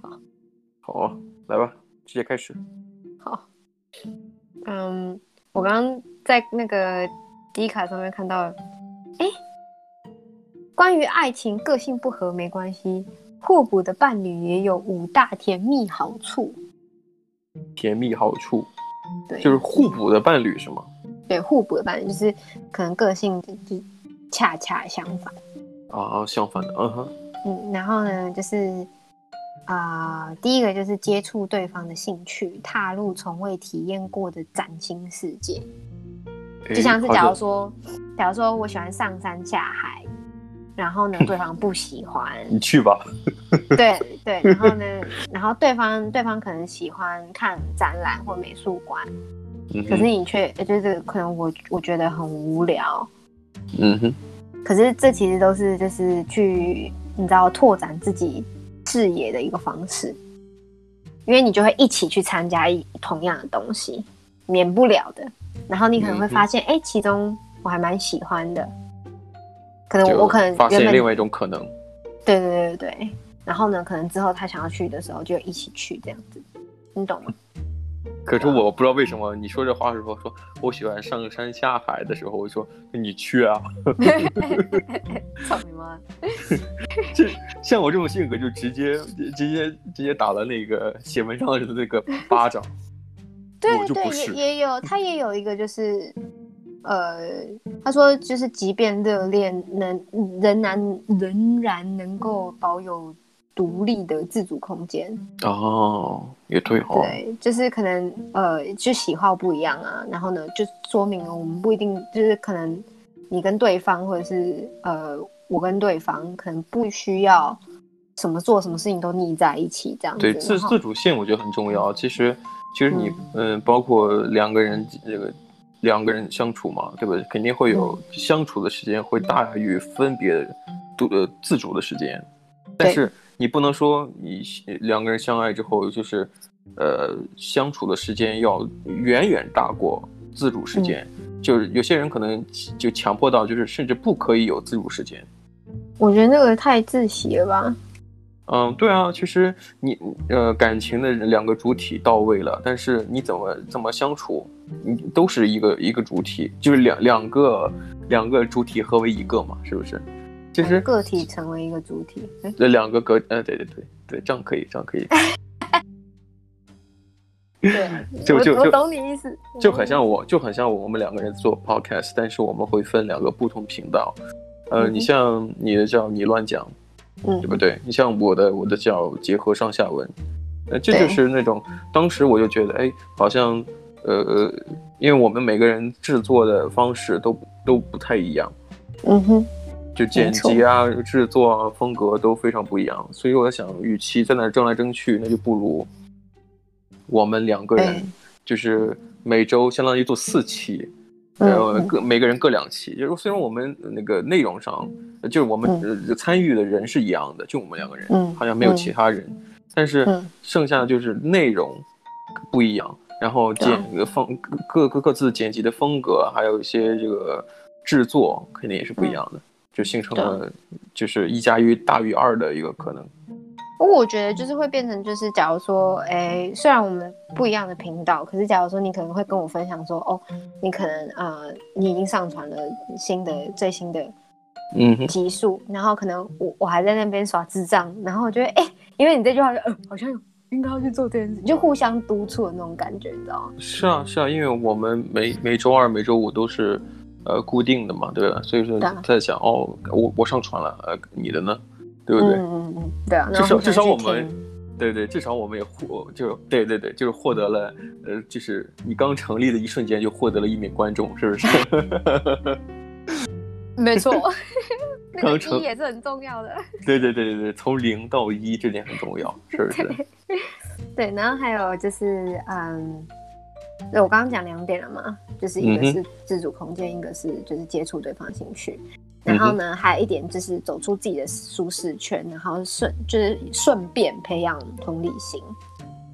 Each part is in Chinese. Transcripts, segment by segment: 啊来吧，直接开始。好，嗯，我刚刚在那个迪卡上面看到，哎，关于爱情，个性不合没关系，互补的伴侣也有五大甜蜜好处。甜蜜好处对，就是互补的伴侣是吗？对互补的伴侣，就是可能个性就恰恰相反。啊，相反的，嗯哼，嗯，然后呢，就是啊、第一个就是接触对方的兴趣，踏入从未体验过的崭新世界。诶就像是好假如说，假如说我喜欢上山下海，然后 呢，对方不喜欢，你去吧，对对，然后呢，然后对方对方可能喜欢看展览或美术馆，嗯可是哼，你却呃就是可能我我觉得很无聊，嗯哼，可是这其实都是就是去你知道拓展自己视野的一个方式，因为你就会一起去参加一同样的东西，免不了的。然后你可能会嗯哼发现，哎、其中我还蛮喜欢的，可能就我我可能发原现本另外一种可能，对对对对对，然后呢，可能之后他想要去的时候就一起去这样子，你懂吗？可啊是我不知道为什么你说这话的时候说我喜欢上山下海的时候，我说你去啊，懂你吗？这像我这种性格就直接直接直接打了那个写文章的人的那个巴掌，对我就对不，也是 也有他也有一个就是，呃，他说就是即便热恋能仍然仍然能够保有独立的自主空间，哦，也对哦，对，就是可能呃就喜好不一样啊，然后呢就说明了我们不一定就是可能你跟对方或者是呃我跟对方可能不需要什么做什么事情都腻在一起这样子，对自然后自主性我觉得很重要。其实，其实你嗯、呃包括两个人这个两个人相处嘛，对不对？肯定会有相处的时间会大于分别独呃自主的时间，但对是你不能说你两个人相爱之后就是呃相处的时间要远远大过自主时间。就是有些人可能就强迫到，就是甚至不可以有自主时间，我觉得那个太窒息了吧，嗯，对啊，其实你呃感情的两个主体到位了，但是你怎么怎么相处，你都是一个一个主体，就是两两个两个主体合为一个嘛，是不是？其实个体成为一个主体，哎这两个个呃，对对对对，这样可以，这样可以，对， 就我就我就懂你意思，嗯就很像我，就很像我们两个人做 podcast，但是我们会分两个不同频道。呃，嗯你像你的叫你乱讲，嗯对不对？你像我的，我的叫结合上下文，呃，这就是那种当时我就觉得，哎，好像，呃呃，因为我们每个人制作的方式都都不太一样，嗯哼，就剪没错辑啊、制作啊、风格都非常不一样，所以我在想，与其在那儿争来争去，那就不如我们两个人对，就是每周相当于做四期，呃，嗯各每个人各两期。就是虽然我们那个内容上，呃就是我们呃参与的人是一样的，就我们两个人，嗯好像没有嗯其他人，但是嗯剩下的就是内容不一样，然后对啊剪呃风各各各自剪辑的风格，还有一些这个制作肯定也是不一样的，就形成嗯对啊了就是一加一大于二的一个可能。不过我觉得就是会变成，就是假如说，哎，虽然我们不一样的频道，可是假如说你可能会跟我分享说，哦，你可能呃，你已经上传了新的最新的嗯哼，集数，然后可能我我还在那边耍智障，然后我觉得，哎，因为你这句话就，呃，好像应该要去做这件事，就互相督促的那种感觉，你知道吗？是嗯啊是啊，因为我们每每周二、每周五都是。呃，固定的嘛，对吧？所以说对啊在想，哦，我我上传了，呃，你的呢？对不对？嗯嗯嗯，对啊，至然后少互至相少去我们听， 对对，至少我们也获就对对对，就是获得了呃，就是你刚成立的一瞬间就获得了一名观众，是不 是？没错，那个刚成一也是很重要的。对对对对对，从零到一这点很重要，是不是？对，然后还有就是，嗯，对我刚刚讲两点了嘛，就是一个嗯哼是自主空间，一个是就是接触对方兴趣，嗯哼然后呢，还有一点就是走出自己的舒适圈，然后顺就是顺便培养同理心。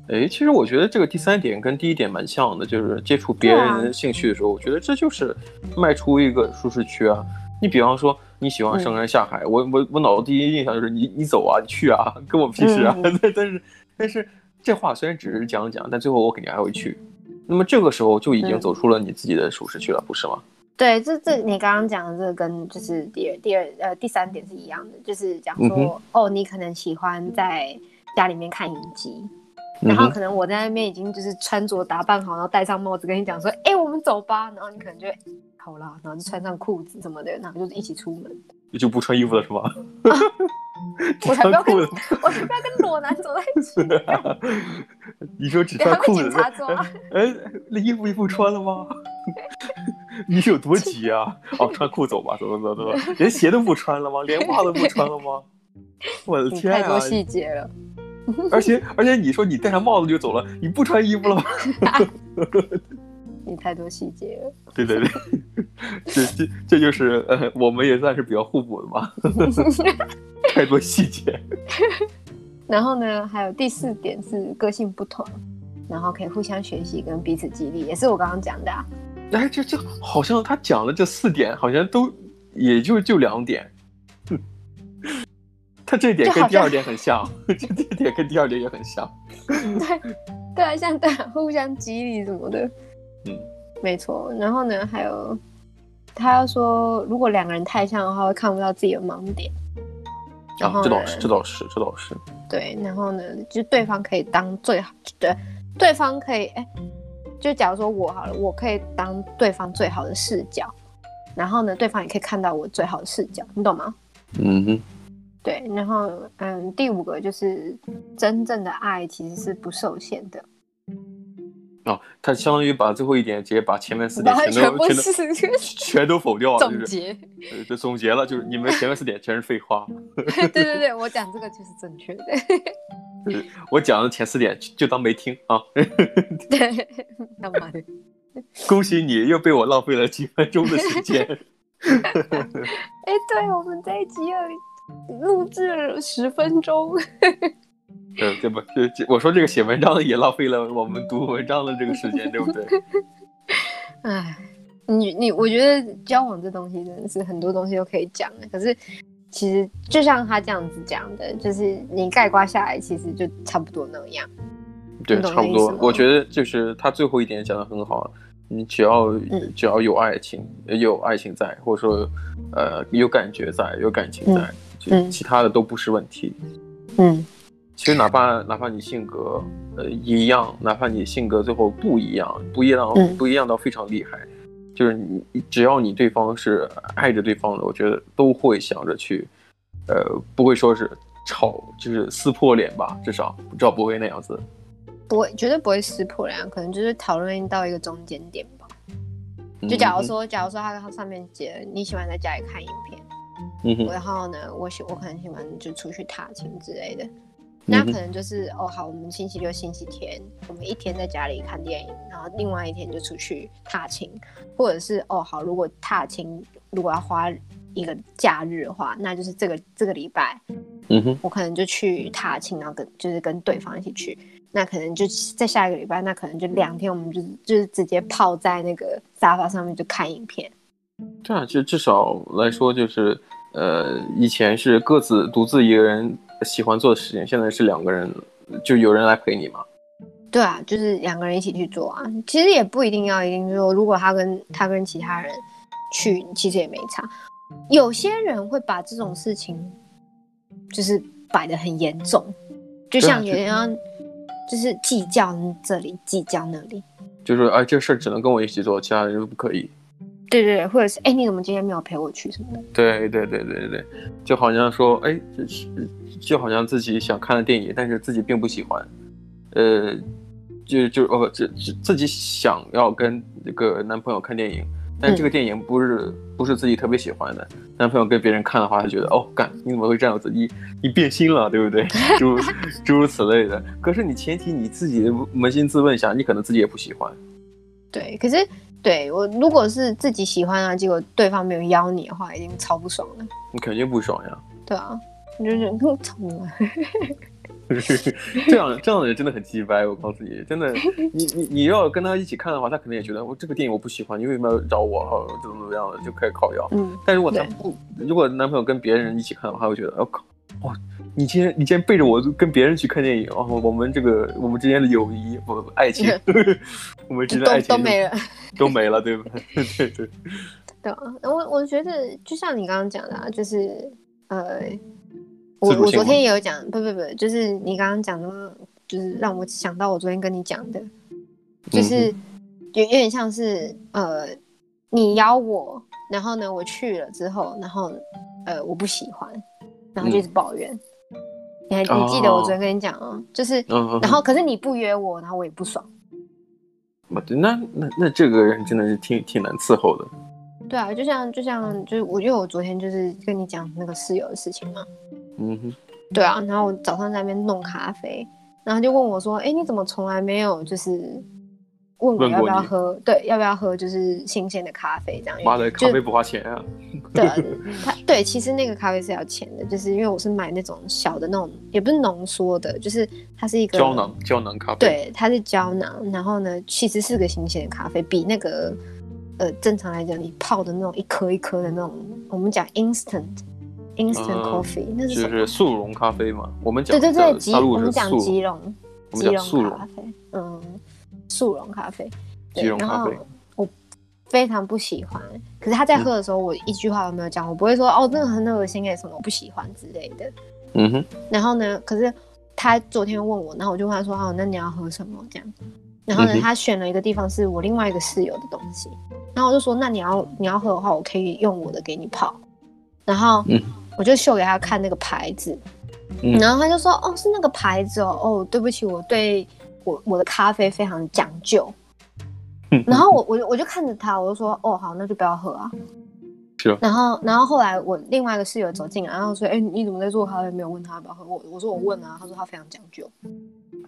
哎，其实我觉得这个第三点跟第一点蛮像的，就是接触别啊人兴趣的时候，我觉得这就是迈出一个舒适区啊。你比方说你喜嗯欢上山下海， 我我我脑子第一印象就是你你走啊，你去啊，跟我屁事啊。嗯但是但是这话虽然只是讲讲，但最后我肯定还会去。那么这个时候就已经嗯走出了你自己的舒适区了，不是吗？对，这这你刚刚讲的这个跟就是第二第二呃第三点是一样的，就是讲嗯说、哦，你可能喜欢在家里面看影集，嗯然后哼，可能我在那边已经就是穿着打扮好，然后戴上帽子跟你讲说，哎、我们走吧，然后你可能就会好啦，然后就穿上裤子什么的，然后就是一起出 门。就不穿衣服了是吗？啊 我才不要跟裤你子，我才不要跟裸男走在一起，你说只等穿下被裤子警，察抓。 哎，那衣服衣服穿了吗？ 你是有多急啊？哦，穿裤走吧，走走走走，连鞋都不穿了吗？连袜都不穿了吗？我的 你天太啊多！细节了，而且而且你说你戴上帽子就走了，你不穿衣服了吗？ 你太多细节了。对对对，这这这就是呃，我们也算是比较互补的嘛， 太多细节。然后呢，还有第四点是个性不同，然后可以互相学习跟彼此激励，也是我刚刚讲的、啊。哎，这这好像他讲的这四点好像都也就就两点，他这点就跟好第二像点很像，这这点跟第二点也很像。对啊，像对啊，互相激励什么的。嗯，没错。然后呢，还有他要说，如果两个人太像的话，会看不到自己的盲点。然啊，后这倒呢是，这倒是，这倒是。对，然后呢，就对方可以当最好的，对方可以，哎，就假如说我好了，我可以当对方最好的视角，然后呢，对方也可以看到我最好的视角，你懂吗？嗯哼，对，然后嗯，第五个就是真正的爱其实是不受限的，啊，他相当于把最后一点直接把前面四点然后全全都部全都是全都否掉了，总就是结。 呃就总结了，就是你们前面四点全是废话，对对对，我讲这个就是正确的。 我讲的前四点就就当没听啊。 对，干嘛的？恭喜你又被我浪费了几分钟的时间。哎，对我们这一集要录制了十分钟，对，嗯这不，这这，我说这个写文章的也浪费了我们读文章的这个时间，对不 对？哎，你你，我觉得交往这东西真的是很多东西都可以讲的，可是其实就像他这样子讲的，就是你盖瓜下来，其实就差不多那样。对，你懂差不多我的意思吗。我觉得就是他最后一点讲的很好，你只要、嗯只要有爱情，有爱情在，或者说，呃，有感觉在，有感情在，其嗯其他的都不是问题。嗯，其实哪怕哪怕你性格呃一样，哪怕你性格最后不一样，不一样嗯不一样到非常厉害，就是你只要你对方是爱着对方的，我觉得都会想着去，呃，不会说是吵，就是撕破脸吧，至少至少不会那样子。不会，绝对不会撕破脸啊，可能就是讨论到一个中间点吧。嗯就假如说，假如说他他上面写了你喜欢在家里看影片。嗯哼，嗯哼，然后呢，我喜我可能喜欢就出去踏青之类的。那嗯哼可能就是哦，好，我们星期六、星期天，我们一天在家里看电影，然后另外一天就出去踏青，或者是哦，好，如果踏青如果要花一个假日的话，那就是这个这个礼拜嗯哼，我可能就去踏青，然后跟就是跟对方一起去。那可能就在下一个礼拜，那可能就两天，我们就是就是直接泡在那个沙发上面就看影片。这样就至少来说就是，呃，以前是各自独自一个人喜欢做的事情，现在是两个人，就有人来陪你嘛。对啊，就是两个人一起去做啊。其实也不一定要一定说，如果他跟他跟其他人去，其实也没差。有些人会把这种事情就是摆得很严重，就像对啊有人要就是计较这里，计较那里。就是哎，这事儿只能跟我一起做，其他人不可以。对对对，或者是哎、你怎么今天没有陪我去什么的？对对对对对，就好像说，哎，这是就好像自己想看的电影，但是自己并不喜欢，呃，就就哦，这这自己想要跟这个男朋友看电影，但这个电影不是、不是自己特别喜欢的，男朋友跟别人看的话，他觉得哦，干你怎么会这样子？你你变心了，对不对？诸如诸如此类的。可是你前提你自己扪心自问一下，你可能自己也不喜欢。对，可是对我如果是自己喜欢啊，结果对方没有邀你的话，已经超不爽了。你肯定不爽呀，对啊，你就是 嗯操你妈！ 这样这样的人真的很鸡掰，我告诉你，真 的，你你你要跟他一起看的话，他肯定也觉得我这个电影我不喜欢，你为什么要找我？哦，怎么怎么样的就开始靠腰。嗯，但如果他对不，如果男朋友跟别人一起看的话，他会觉得，我、靠，哦，你今天你今天背着我跟别人去看电影哦，我们这个我们之间的友谊不不爱情， 我们之间的爱情都都没了，都没了，对吧？ 对 对对啊，我我觉嗯得就像你刚刚讲的，啊，就是呃，我自主性吗我昨天也有讲，不不不，就是你刚刚讲的，就是让我想到我昨天跟你讲的，嗯就是有有点像是呃，你邀我，然后呢我去了之后，然后呃我不喜欢，然后就一直嗯抱怨。你还你记得我昨天跟你讲啊，就是哦嗯嗯，然后可是你不约我，然后我也不爽。嗯对那那那这个人真的是挺挺难伺候的，对啊，就像就像就是我，因为我昨天就是跟你讲那个室友的事情嘛。嗯哼，对啊，然后我早上在那边弄咖啡，然后他就问我说：“哎，你怎么从来没有就是问我问过要不要你喝？对，要不要喝就是新鲜的咖啡这样？”因为妈的，就咖啡不花钱啊，对 啊，它对，其实那个咖啡是要钱的，就是因为我是买那种小的那种，也不是浓缩的，就是它是一个胶囊胶囊咖啡，，对，它是胶囊，然后呢，其实是个新鲜的咖啡，比那个呃正常来讲你泡的那种一颗一颗的那种，我们讲 instant instant 嗯 coffee，、那是什就么？是速溶咖啡嘛，我们讲对对的对，吉大陆我们是讲速吉隆，我们吉讲隆速溶咖啡，嗯，速溶咖啡，对吉隆然咖后啡我非常不喜欢，可是他在嗯喝的时候，我一句话都没有讲，我不会说哦那个很恶心哎什么我不喜欢之类的，嗯哼，然后呢，可是他昨天问我，然后我就问他说：“哦，那你要喝什么？”这样。然后呢，嗯哼他选了一个地方是我另外一个室友的东西，然后我就说：“那你要你要喝的话，我可以用我的给你泡。”然后嗯我就秀给他看那个牌子，嗯然后他就说：“哦，是那个牌子哦，哦，对不起，我对我我的咖啡非常讲究。”然后我我就我就看着他，我就说哦好，那就不要喝啊。是啊然后然后后来我另外一个室友走进来，然后说哎你怎么在做咖啡？没有问他要不要喝？我我说我问啊，他说他非常讲究。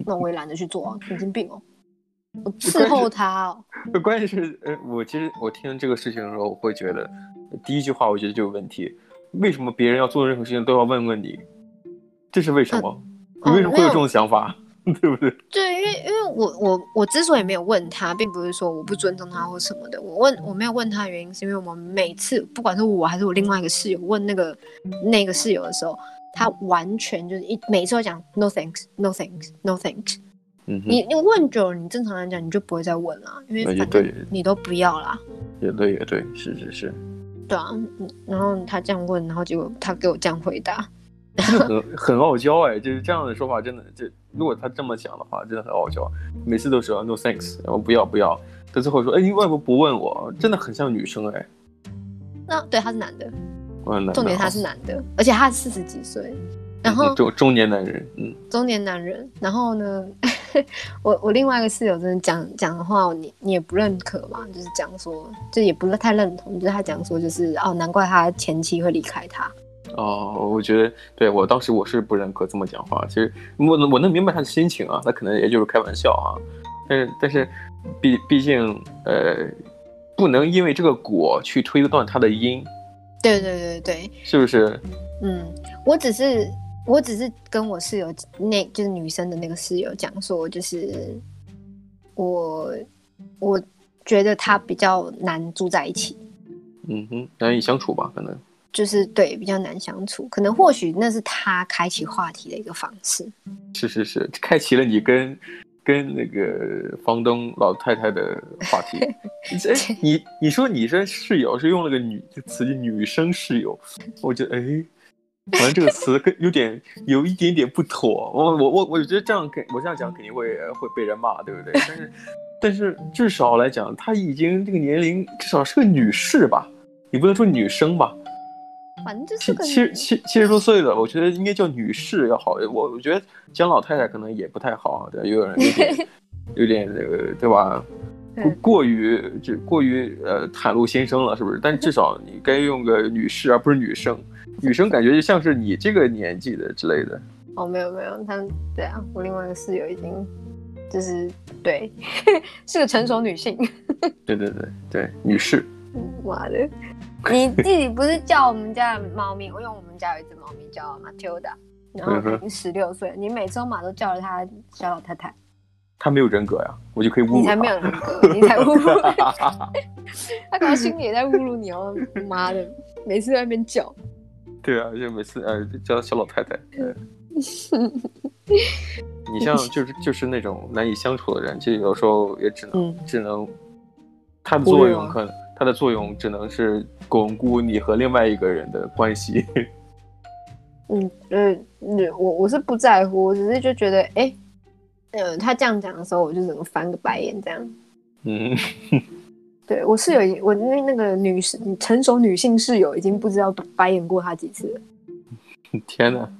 那我也懒得去做啊，神经病哦！我伺候他哦， 关键是，呃，我其实我听这个事情的时候，我会觉得，第一句话我觉得就有问题。为什么别人要做任何事情都要问问你？这是为什么？你呃为什么会有哦这种想法？ 对不对？对，因为因为我我我之所以没有问他，并不是说我不尊重他或什么的。我问我没有问他的原因，是因为我们每次不管是我还是我另外一个室友问那个那个室友的时候，他完全就是一每次都讲 no thanks no thanks no thanks。嗯哼，你你问久了，你正常来讲你就不会再问啦，因为那也反对正你都不要啦，也对，也对，是是 是，对啊。嗯然后他这样问，然后结果他给我这样回答，这很很傲娇哎，就是这样的说法，真的，这如果他这么讲的话，真的很傲娇。每次都说 no thanks，然后不要不要，到最后说，哎，你为什么不问我？真的很像女生哎。那对他是男的，嗯，重点他是男的，而且他四十几岁，然后中中年男人，嗯中年男人，然后呢， 我我另外一个室友真的讲讲的话，你你也不认可嘛，就是讲说，就也不太认同，就是他讲说，就是哦，难怪他前妻会离开他，哦，我觉得对我当时我是不认可这么讲话。其实我能我能明白他的心情啊，他可能也就是开玩笑啊。但是但是，毕毕竟呃，不能因为这个果去推断他的因，对对对对，是不是？嗯，我只是我只是跟我室友那就是女生的那个室友讲说，就是我我觉得他比较难住在一起，嗯哼，难以相处吧？可能就是对比较难相处，可能或许那是他开启话题的一个方式。是是是，开启了你跟跟那个房东老太太的话题。哎，你你说你这室友是用了个女词，女生室友，我觉得哎，好像这个词跟有点有一点点不妥。我我我我觉得这样肯我这样讲肯定会呃会被人骂，对不对？但是 但是至少来讲，她已经这个年龄至少是个女士吧，你不能说女生吧？反正就七是个七七七十多岁了，我觉得应该叫女士要好。我我觉得讲老太太可能也不太好，对，有点有 点有点这个对吧？过嗯过于这过于呃袒露心声了，是不是？但至少你该用个女士而不是女生，女生感觉就像是你这个年纪的之类的。哦，没有没有，他们对啊，我另外一个室友已经就是对， 是个成熟女性。 对对对对，女士。妈的，你自己不是叫我们家的猫咪？因为我们家有一只猫咪叫马 d 达，然嗯后它已经十六岁，你每周马都叫了它小老太太，她没有人格呀，我就可以侮你辱才她。没有人格，你才 侮辱， 它可能心里也在侮辱你哦。妈的，每次在那边叫，对啊，就每次呃叫小老太太。 呃你像就是就是那种难以相处的人，其实有时候也只能、嗯只能，它的作忽用略可能它的作用只能是巩固你和另外一个人的关系。 嗯呃，嗯我我是不在乎，我只是就觉得，哎、呃，他这样讲的时候，我就整个翻个白眼这样。嗯，对我室友已，我那那个女士成熟女性室友已经不知道白眼过他几次了。天哪，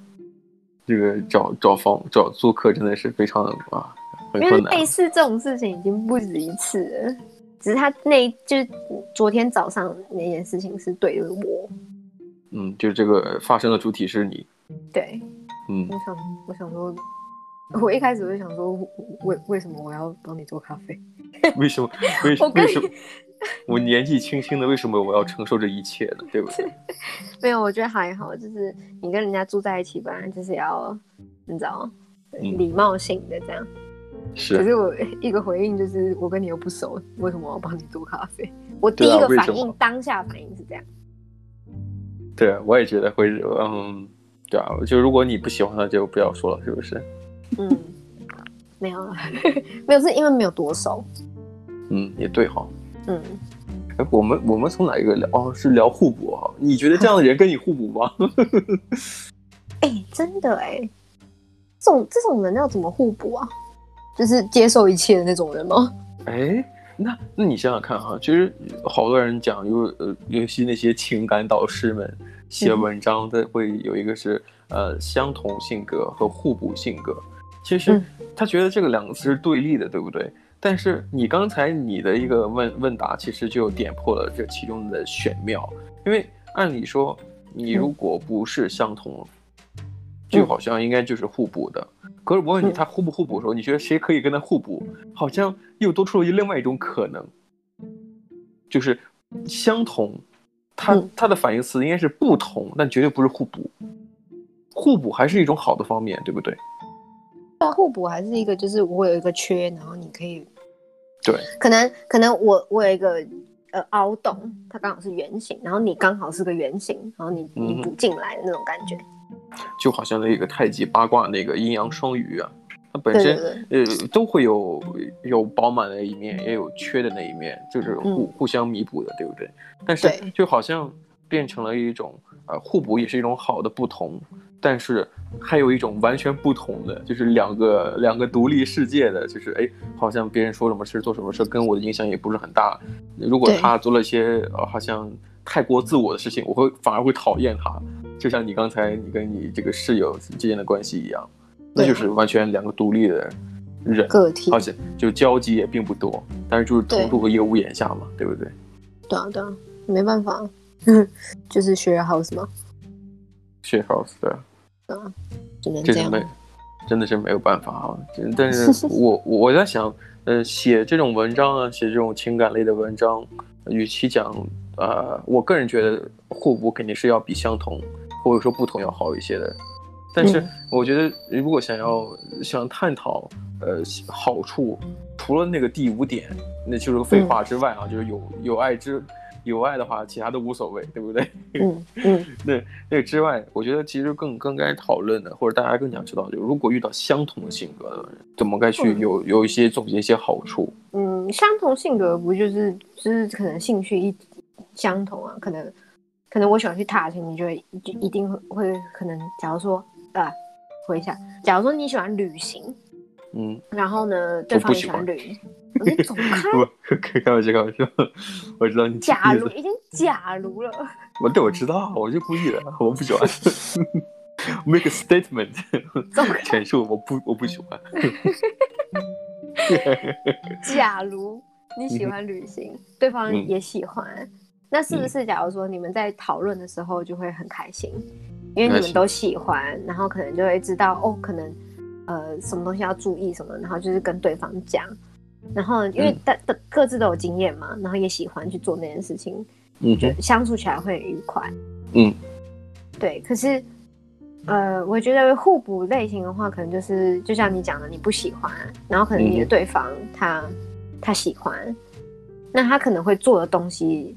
这个找找房找租客真的是非常啊很因为困难。类似这种事情已经不止一次了，只是他那就是昨天早上那件事情是对着我，嗯，就是这个发生的主体是你。对 嗯我想我想说，我一开始我就想说，为为什么我要帮你做咖啡？为什么？为我什跟为什么？我年纪轻轻的，为什么我要承受这一切呢？对不 对？没有，我觉得还好，就是你跟人家住在一起，本来就是要你知道嗯礼貌性的这样。可是，是我一个回应就是，我跟你又不熟，为什么我要帮你做咖啡？我第对啊一个为什么反应，当下反应是这样。对，我也觉得会，嗯，对啊，就如果你不喜欢他，就不要说了，是不是？嗯，没有啦， 没有，是因为没有多熟。嗯，也对哈。嗯，哎，我们我们从哪一个聊？哦，是聊互补啊？你觉得这样的人跟你互补吗？哎、真的哎、这种这种人要怎么互补啊？就是接受一切的那种人吗？哎，那那你想想看哈、其实好多人讲，有呃，尤其那些情感导师们写嗯文章的，会有一个是呃相同性格和互补性格。其实嗯他觉得这个两个词是对立的，对不对？但是你刚才你的一个问问答，其实就点破了这其中的玄妙。因为按理说，你嗯如果不是相同，就好像应该就是互补的。可是我问你，嗯他互不互补的时候，你觉得谁可以跟他互补？好像又多出了另外一种可能，就是相同，它嗯它的反义词应该是不同，但绝对不是互补。互补还是一种好的方面，对不对？但啊互补还是一个，就是我有一个缺，然后你可以，对，可能可能我我有一个呃凹洞，它刚好是圆形，然后你刚好是个圆形，然后你嗯你补进来的那种感觉。就好像那个太极八卦那个阴阳双鱼啊，它本对身对对，呃都会有有饱满的一面，也有缺的那一面，就是互、互相弥补的，对不对？但是嗯对就好像变成了一种呃互补，也是一种好的不同，但是还有一种完全不同的，就是两个两个独立世界的，就是哎，好像别人说什么事做什么事，跟我的影响也不是很大。如果对他做了一些呃好像太过自我的事情，我会反而会讨厌他。就像你刚才你跟你这个室友之间的关系一样，那对就是完全两个独立的人，个体而且就交集也并不多，但是就是同嗯对住个一个屋檐下嘛，对不对？对啊对啊，没办法， 就是学好什么， s h a r house 对，只能这这是样没。，真的是没有办法啊。这但是 我我我在想，呃，写这种文章啊，写这种情感类的文章，与其讲，呃，我个人觉得互补肯定是要比相同或者说不同要好一些的。但是嗯我觉得，如果想要想探讨，呃，好处，除了那个第五点，那就是个废嗯话之外啊，就是有有爱之有爱的话，其他都无所谓，对不对？嗯嗯那那之外，我觉得其实更更该讨论的，或者大家更想知道，就如果遇到相同性格的人，怎么该去嗯有有一些总结一些好处。嗯，相同性格不就是就是可能兴趣一相同啊，可能可能我喜欢去踏青，你就会就一定会会可能，假如说啊，回一下，假如说你喜欢旅行，嗯，然后呢，对方也喜喜欢欢旅，我就走开。我 开玩笑，开玩笑，我知道你假意如思，已经假如了，我对我知道，我就故意的，我不喜 欢。Make a statement，走开阐述我不我不喜欢。假如你喜欢旅行，对方嗯也喜欢，那是不是假如说你们在讨论的时候就会很开心，因为你们都喜欢，然后可能就会知道哦，可能呃什么东西要注意什么，然后就是跟对方讲，然后因为嗯大大各自都有经验嘛，然后也喜欢去做那件事情，嗯就哼，相处起来会很愉快。嗯，对，可是。呃，我觉得互补类型的话，可能就是就像你讲的，你不喜欢，然后可能嗯你的哼对方他、他喜欢，那他可能会做的东西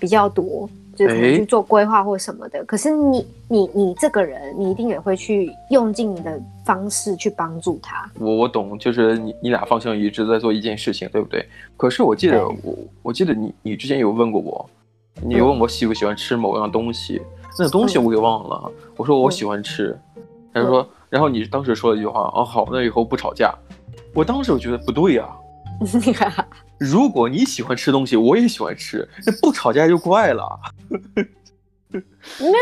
比较多，就是可能去做规划或什么的。可是你你你这个人，你一定也会去用尽你的方式去帮助他。 我我懂，就是你你俩方向一致在做一件事情，对不对？可是我记得嗯我我记得你你之前有问过我，你问我喜不喜欢吃某样东西，那东嗯西我给忘了，我说我喜欢吃，他说，然后你当时说了一句话，哦好，那以后不吵架。我当时我觉得不对呀、啊。如果你喜欢吃东西，我也喜欢吃，那不吵架就怪了。没有，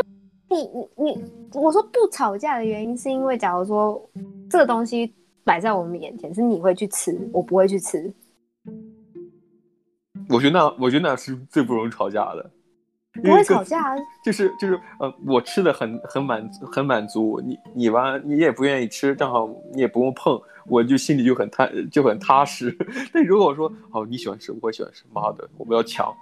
你你你，我说不吵架的原因是因为，假如说这个东西摆在我们眼前，是你会去吃，我不会去吃。我觉得那我觉得那是最不容易吵架的，不嗯会吵架、啊。就是就是呃，我吃的很很满很满足，你你吧你也不愿意吃，正好你也不用碰。我就心里就很踏就很踏实， 但如果说哦你喜欢吃，我也喜欢吃，妈的，我们要抢。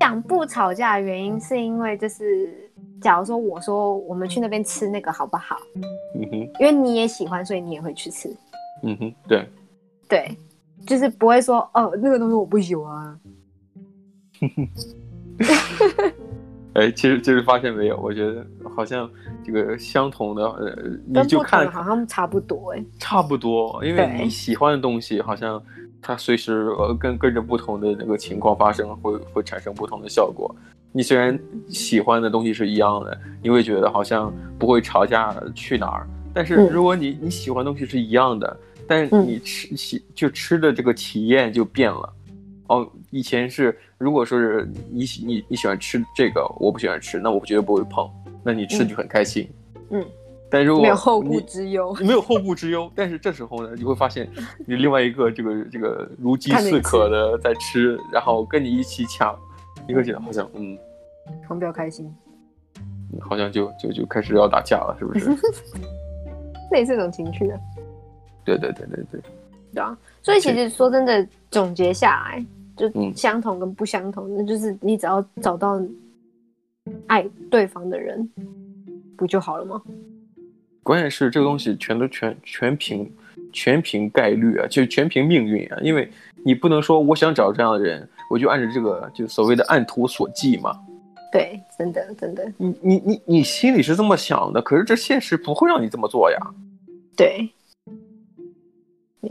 讲不吵架的原因是因为就是，假如说我说我们去那边吃那个好不好？嗯哼，因为你也喜欢，所以你也会去吃。嗯哼，对，对，就是不会说哦那个东西我不喜欢。啊哎，其实就是发现没有，我觉得好像这个相同的，呃，你就看好像差不多哎，差不多，因为你喜欢的东西，好像它随时呃跟跟着不同的那个情况发生，会会产生不同的效果。你虽然喜欢的东西是一样的，你会觉得好像不会吵架去哪儿，但是如果你、嗯、你喜欢东西是一样的，但是嗯你吃喜就吃的这个体验就变了。哦，以前是，如果说是你喜你你喜欢吃这个，我不喜欢吃，那我绝对不会碰。那你吃就很开心，嗯。嗯但如果没有后顾之忧， 没有后顾之忧。但是这时候呢，你会发现你另外一个这个这个如饥似渴的在吃，然后跟你一起抢，你会觉得好像嗯，很比较开心，好像就就就开始要打架了，是 不是？ 类似这种情绪、啊。对对对对对。对啊，所以其实说真的，总结下来。就嗯相同跟不相同，嗯、那就是你只要找到爱对方的人，不就好了吗？关键是这个东西全都全全凭全凭概率啊，就全凭命运啊，因为你不能说我想找这样的人，我就按照这个就所谓的按图索骥嘛。对，真的真的。你你你你心里是这么想的，可是这现实不会让你这么做呀。对。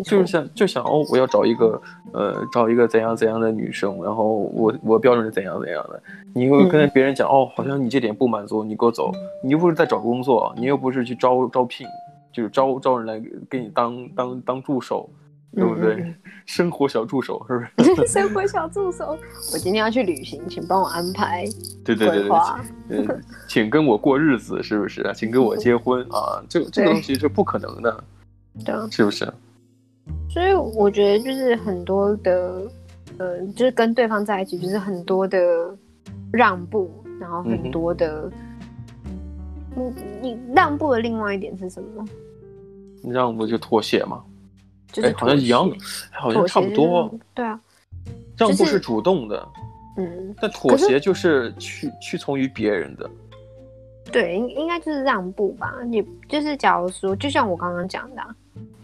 就是想就想哦，我要找一个呃，找一个怎样怎样的女生，然后我我标准是怎样怎样的。你会跟别人讲、嗯、哦，好像你这点不满足，你给我走。你又不是在找工作，你又不是去招招聘，就是招招人来给你当当当助手，对不对？嗯、 生活小助手是 不是？嗯 生活小助手，我今天要去旅行，请帮我安排。对对对对， 嗯，请跟我过日子，是不是？请跟我结 婚、嗯、啊！这这个东西是不可能的，对，是不是？所以我觉得就是很多的，呃，就是跟对方在一起，就是很多的让步，然后很多的，嗯、你你让步的另外一点是什么？让步就妥协嘛，就是哎好像一样，哎好像差不多。对啊，让步是主动的，就是、嗯，但妥协就是屈屈从于别人的。对，应应该就是让步吧。你就是假如说，就像我刚刚讲的、啊。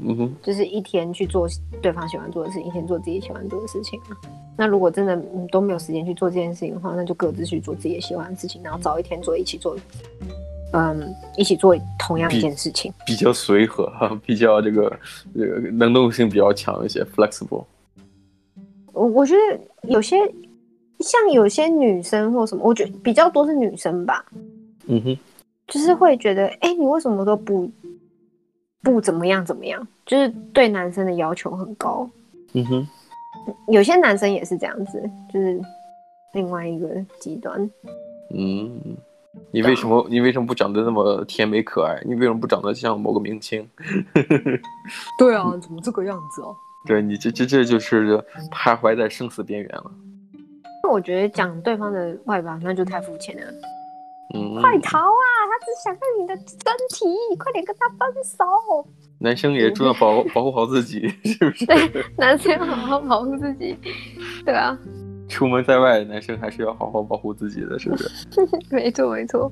嗯哼，就是一天去做对方喜欢做的事情，一天做自己喜欢做的事情。啊那如果真的嗯都没有时间去做这件事情的话，那就各自去做自己喜欢的事情，然后找一天做一起做，嗯，一起做同样一件事情，比,比较随和哈，比较这个这个能动性比较强一些，flexible。我我觉得有些像有些女生或什么，我觉得比较多是女生吧。嗯哼，就是会觉得，哎、欸，你为什么都不？不怎么样，怎么样？就是对男生的要求很高。嗯哼，有些男生也是这样子，就是另外一个极端。嗯，你为什么你为什么不长得那么甜美可爱？你为什么不长得像某个明星？对啊，怎么这个样子哦？对你这这这就是徘徊在生死边缘了。那我觉得讲对方的外表，那就太肤浅了。嗯，快逃啊！他只想看你的身体，你快点跟他分手。男生也重要保保护好自己， 是不是？对，男生要好好保护自己，对啊。出门在外，男生还是要好好保护自己的，是不是？没错，没错。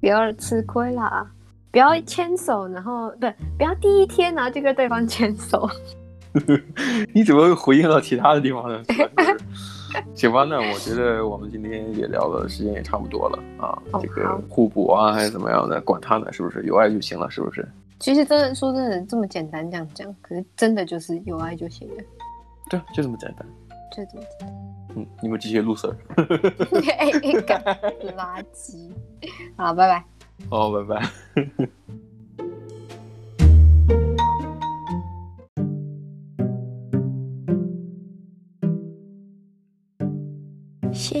不要吃亏啦，不要牵手，然后对，不要第一天然后就跟对方牵手。 你怎么回应到其他的地方呢？是行吧，那我觉得我们今天也聊了，时间也差不多了啊。哦这个好互补啊，还是怎么样的，管他呢，是不是？有爱就行了，是不是？ 其实真的说真的，这么简单这样讲，可是真的就是有爱就行了，对，啊就这么简单。就这么简嗯，你们这些 loser。 单。哎哎干垃圾！好，拜拜。好，哦拜拜。谢